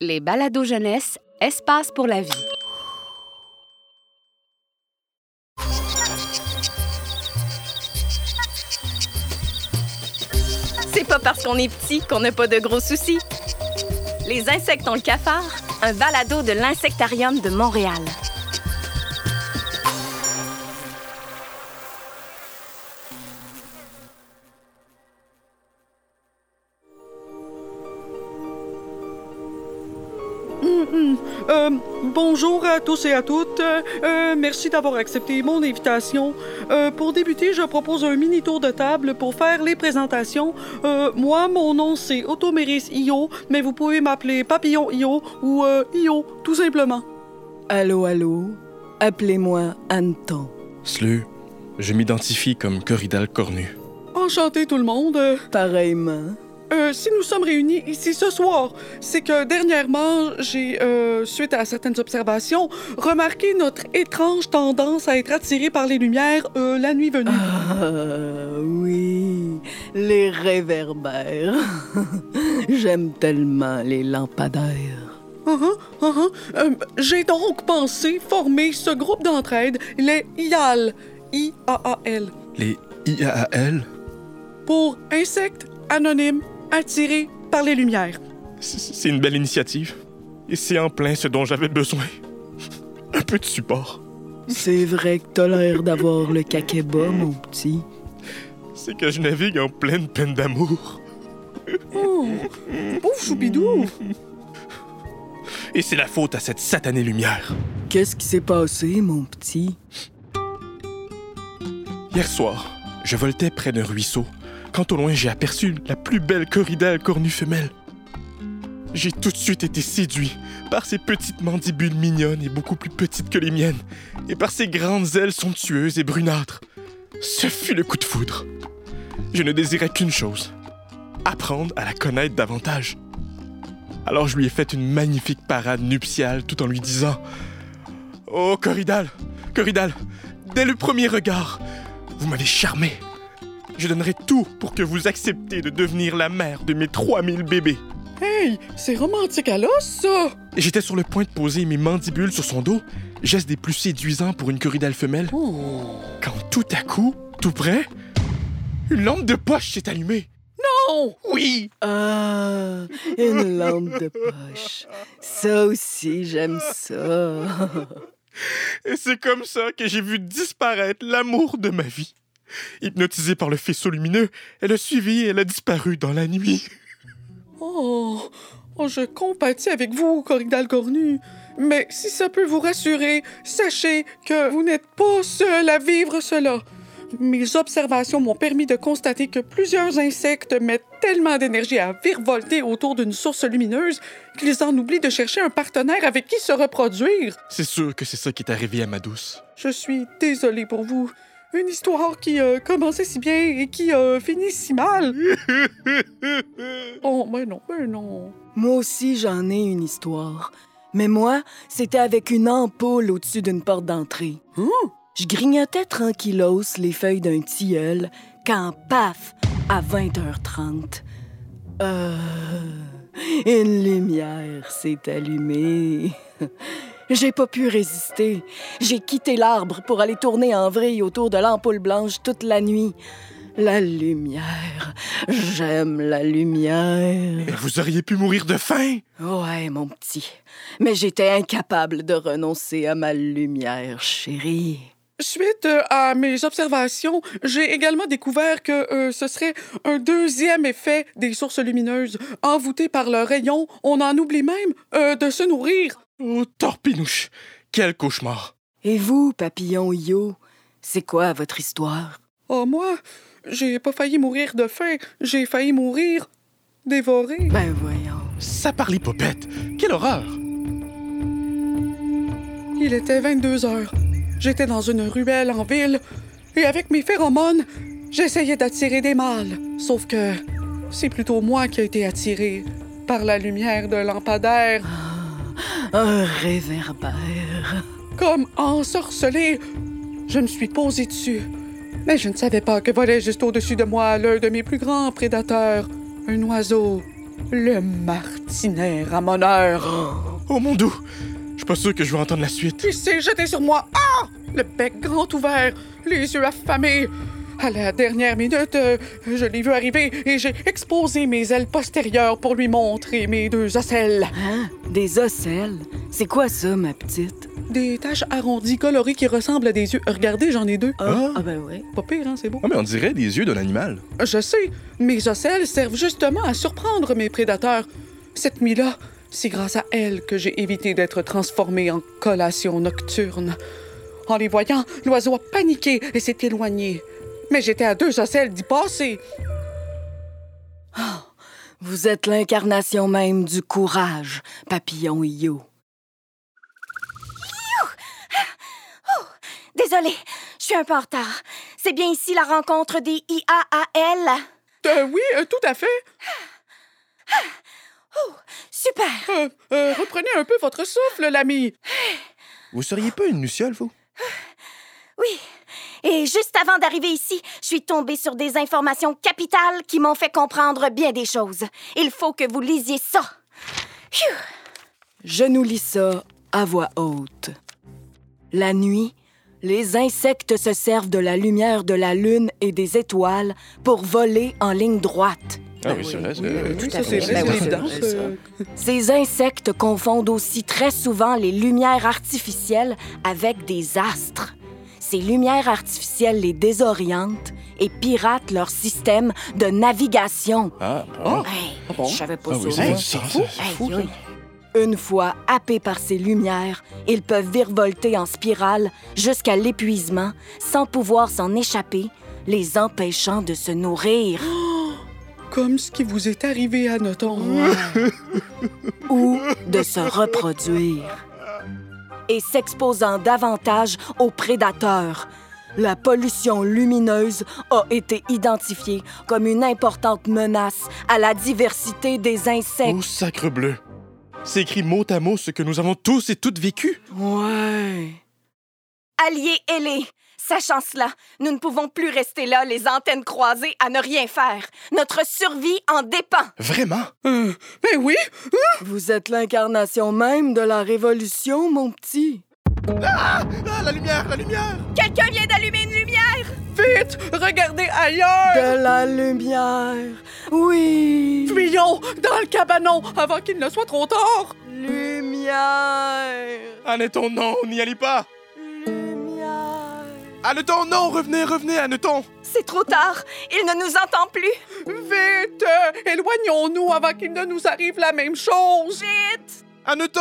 Les balados jeunesse, espace pour la vie. C'est pas parce qu'on est petit qu'on n'a pas de gros soucis. Les insectes ont le cafard, un balado de l'insectarium de Montréal. Euh, bonjour à tous et à toutes. Euh, euh, merci d'avoir accepté mon invitation. Euh, pour débuter, je propose un mini tour de table pour faire les présentations. Euh, moi, mon nom c'est Automéris Io, mais vous pouvez m'appeler Papillon Io ou euh, Io, tout simplement. Allô, allô, appelez-moi Anton. Slu, je m'identifie comme Corridal Cornu. Enchanté tout le monde. Euh, Pareillement. euh, si nous sommes réunis ici ce soir, c'est que dernièrement, j'ai, euh, suite à certaines observations, remarqué notre étrange tendance à être attiré par les lumières euh, la nuit venue. Ah oui, les réverbères. J'aime tellement les lampadaires. Uhum, uhum. Euh, J'ai donc pensé former ce groupe d'entraide, les IAL, I-A-A-L, Les IAAL, pour insectes anonymes attirés par les lumières. c- c- c'est une belle initiative. Et c'est en plein ce dont j'avais besoin. Un peu de support. C'est vrai que t'as l'air d'avoir le caquet bas, mon petit. C'est que je navigue en pleine peine d'amour. Oh, pauvre choupidou! Et c'est la faute à cette satanée lumière. Qu'est-ce qui s'est passé, mon petit? Hier soir, je voltais près d'un ruisseau. Quand au loin, j'ai aperçu la plus belle corridale cornue femelle. J'ai tout de suite été séduit par ses petites mandibules mignonnes et beaucoup plus petites que les miennes, et par ses grandes ailes somptueuses et brunâtres. Ce fut le coup de foudre. Je ne désirais qu'une chose, apprendre à la connaître davantage. Alors je lui ai fait une magnifique parade nuptiale tout en lui disant ⁇ Oh Corridal, Corridal, dès le premier regard, vous m'avez charmé. Je donnerai tout pour que vous acceptiez de devenir la mère de mes 3000 bébés. Hey, c'est romantique à l'os, ça! Et J'étais sur le point de poser mes mandibules sur son dos, geste des plus séduisants pour une corridale femelle, Oh. quand tout à coup, tout près, une lampe de poche s'est allumée. Oh! Oui Ah, une lampe de poche. Ça aussi, j'aime ça. Et c'est comme ça que j'ai vu disparaître l'amour de ma vie. Hypnotisée par le faisceau lumineux, elle a suivi et elle a disparu dans la nuit. Oh, oh, je compatis avec vous, Corridal Cornu. Mais si ça peut vous rassurer, sachez que vous n'êtes pas seul à vivre cela. Mes observations m'ont permis de constater que plusieurs insectes mettent tellement d'énergie à virevolter autour d'une source lumineuse qu'ils en oublient de chercher un partenaire avec qui se reproduire. C'est sûr que c'est ça qui est arrivé à ma douce. Je suis désolée pour vous. Une histoire qui euh, commençait si bien et qui euh, finit si mal. Oh, mais non, mais non. Moi aussi, j'en ai une histoire. Mais moi, c'était avec une ampoule au-dessus d'une porte d'entrée. Hein? Je grignotais tranquillos les feuilles d'un tilleul quand, paf, à 20h30, euh, une lumière s'est allumée. J'ai pas pu résister. J'ai quitté l'arbre pour aller tourner en vrille autour de l'ampoule blanche toute la nuit. La lumière. J'aime la lumière. Mais vous auriez pu mourir de faim Ouais, mon petit. Mais j'étais incapable de renoncer à ma lumière, chérie. Suite euh, à mes observations, j'ai également découvert que euh, ce serait un deuxième effet des sources lumineuses. Envoûtées par leurs rayons, on en oublie même euh, de se nourrir. Oh, torpinouche Quel cauchemar Et vous, papillon Yo, c'est quoi votre histoire? Oh, moi, j'ai pas failli mourir de faim, j'ai failli mourir dévoré. Ben voyons. Ça parle hypopète Quelle horreur Il était 22 heures. J'étais dans une ruelle en ville et avec mes phéromones, j'essayais d'attirer des mâles. Sauf que c'est plutôt moi qui ai été attiré par la lumière d'un lampadaire. Un réverbère. Comme ensorcelé, je me suis posé dessus. Mais je ne savais pas que volait juste au-dessus de moi l'un de mes plus grands prédateurs, un oiseau Le martinet ramoneur. Oh mon doux! Je suis pas sûr que je veux entendre la suite. Il s'est jeté sur moi. Ah! Le bec grand ouvert, les yeux affamés. À la dernière minute, euh, je l'ai vu arriver et j'ai exposé mes ailes postérieures pour lui montrer mes deux ocelles. Hein? Des ocelles? C'est quoi ça, ma petite? Des taches arrondies colorées qui ressemblent à des yeux. Regardez, j'en ai deux. Ah. ah ben oui. Pas pire, hein, c'est beau. Oh, mais on dirait des yeux d'un animal. Je sais, mes ocelles servent justement à surprendre mes prédateurs. Cette nuit-là, c'est grâce à elle que j'ai évité d'être transformée en collation nocturne. En les voyant, l'oiseau a paniqué et s'est éloigné. Mais j'étais à deux ocelles d'y passer. Vous êtes l'incarnation même du courage, papillon Io. Désolée, je suis un peu en retard. C'est bien ici la rencontre des IAAL. Euh, oui, euh, tout à fait. Super. Euh, euh, reprenez un peu votre souffle, l'ami. Vous seriez pas une luciole, vous? Oui. Et juste avant d'arriver ici, je suis tombée sur des informations capitales qui m'ont fait comprendre bien des choses. Il faut que vous lisiez ça. Je nous lis ça à voix haute. La nuit, les insectes se servent de la lumière de la lune et des étoiles pour voler en ligne droite. Ah oui, c'est vrai. c'est- Ben oui, oui, ça, à c'est fait. vrai, Ben c'est oui, l'évidence, c'est vrai, ça. euh. Ces insectes confondent aussi très souvent les lumières artificielles avec des astres. Ces lumières artificielles les désorientent et piratent leur système de navigation. Ah, bon. Hey, Ah bon? Je savais pas Ah oui, ça. ça a moi. du sens, ça. Aïe, aïe. Une fois happés par ces lumières, ils peuvent virevolter en spirale jusqu'à l'épuisement sans pouvoir s'en échapper, les empêchant de se nourrir Comme ce qui vous est arrivé à notre ou de se reproduire. Et s'exposant davantage aux prédateurs, la pollution lumineuse a été identifiée comme une importante menace à la diversité des insectes. Oh, sacre bleu! C'est écrit mot à mot ce que nous avons tous et toutes vécu. Ouais. Alliés ailés, sachant cela, nous ne pouvons plus rester là, les antennes croisées, à ne rien faire. Notre survie en dépend. Vraiment? Euh, ben oui, Vous êtes l'incarnation même de la révolution, mon petit. Ah, la lumière, la lumière! Quelqu'un vient d'allumer une lumière. vite, regardez ailleurs. De la lumière. Oui. Fuyons dans le cabanon avant qu'il ne soit trop tard. Lumière. Anneton, non, n'y allez pas! Lumière. Anneton, non, revenez, revenez, ah, Anneton! C'est trop tard. Il ne nous entend plus. Vite, euh, éloignons-nous avant qu'il ne nous arrive la même chose. Vite. Anneton!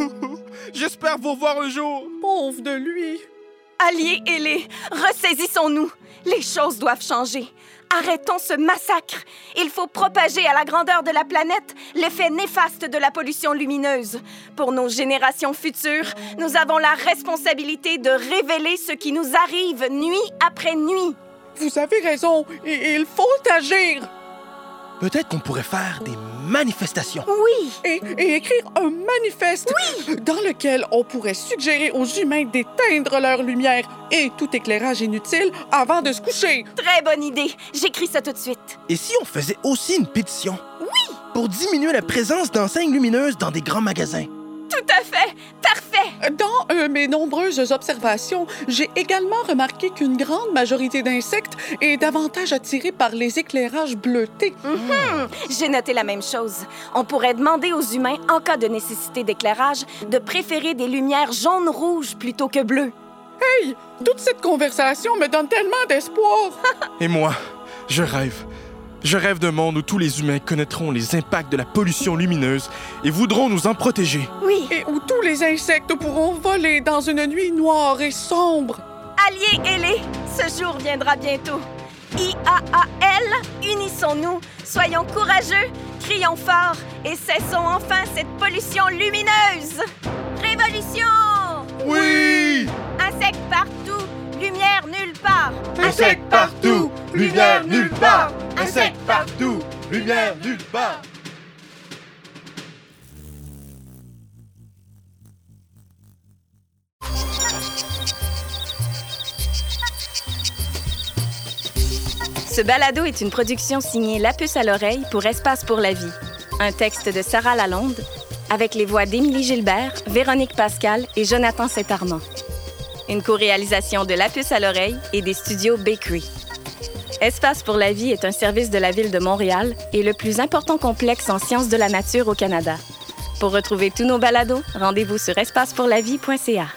Ah, J'espère vous revoir un jour! Pauvre de lui. Alliés ailés, ressaisissons-nous. Les choses doivent changer. Arrêtons ce massacre. Il faut propager à la grandeur de la planète l'effet néfaste de la pollution lumineuse. Pour nos générations futures, nous avons la responsabilité de révéler ce qui nous arrive nuit après nuit. Vous avez raison, i- il faut agir Peut-être qu'on pourrait faire des manifestations. Oui, et, et écrire un manifeste dans lequel on pourrait suggérer aux humains d'éteindre leur lumière et tout éclairage inutile avant de se coucher. très bonne idée. J'écris ça tout de suite. Et si on faisait aussi une pétition? Oui! Pour diminuer la présence d'enseignes lumineuses dans des grands magasins. Tout à fait. Parfait. Dans euh, mes nombreuses observations, j'ai également remarqué qu'une grande majorité d'insectes est davantage attirée par les éclairages bleutés. Hmm, J'ai noté la même chose. On pourrait demander aux humains, en cas de nécessité d'éclairage, de préférer des lumières jaune-rouge plutôt que bleues. Toute cette conversation me donne tellement d'espoir. Et moi, je rêve. Je rêve d'un monde où tous les humains connaîtront les impacts de la pollution lumineuse et voudront nous en protéger. Oui, et où tous les insectes pourront voler dans une nuit noire et sombre. alliés ailés, ce jour viendra bientôt. IAAL, unissons-nous, soyons courageux, crions fort et cessons enfin cette pollution lumineuse. Révolution Oui! Insectes partout, lumière nulle part. Insectes partout, lumière nulle part. Insectes partout, lumière nulle part. Ce balado est une production signée La Puce à l'oreille pour Espace pour la vie. Un texte de Sarah Lalonde, avec les voix d'Émilie Gilbert, Véronique Pascal et Jonathan Saint-Armand. Une co-réalisation de La Puce à l'oreille et des studios Bakery. Espace pour la vie est un service de la Ville de Montréal et le plus important complexe en sciences de la nature au Canada. Pour retrouver tous nos balados, rendez-vous sur espacepourlavie.ca.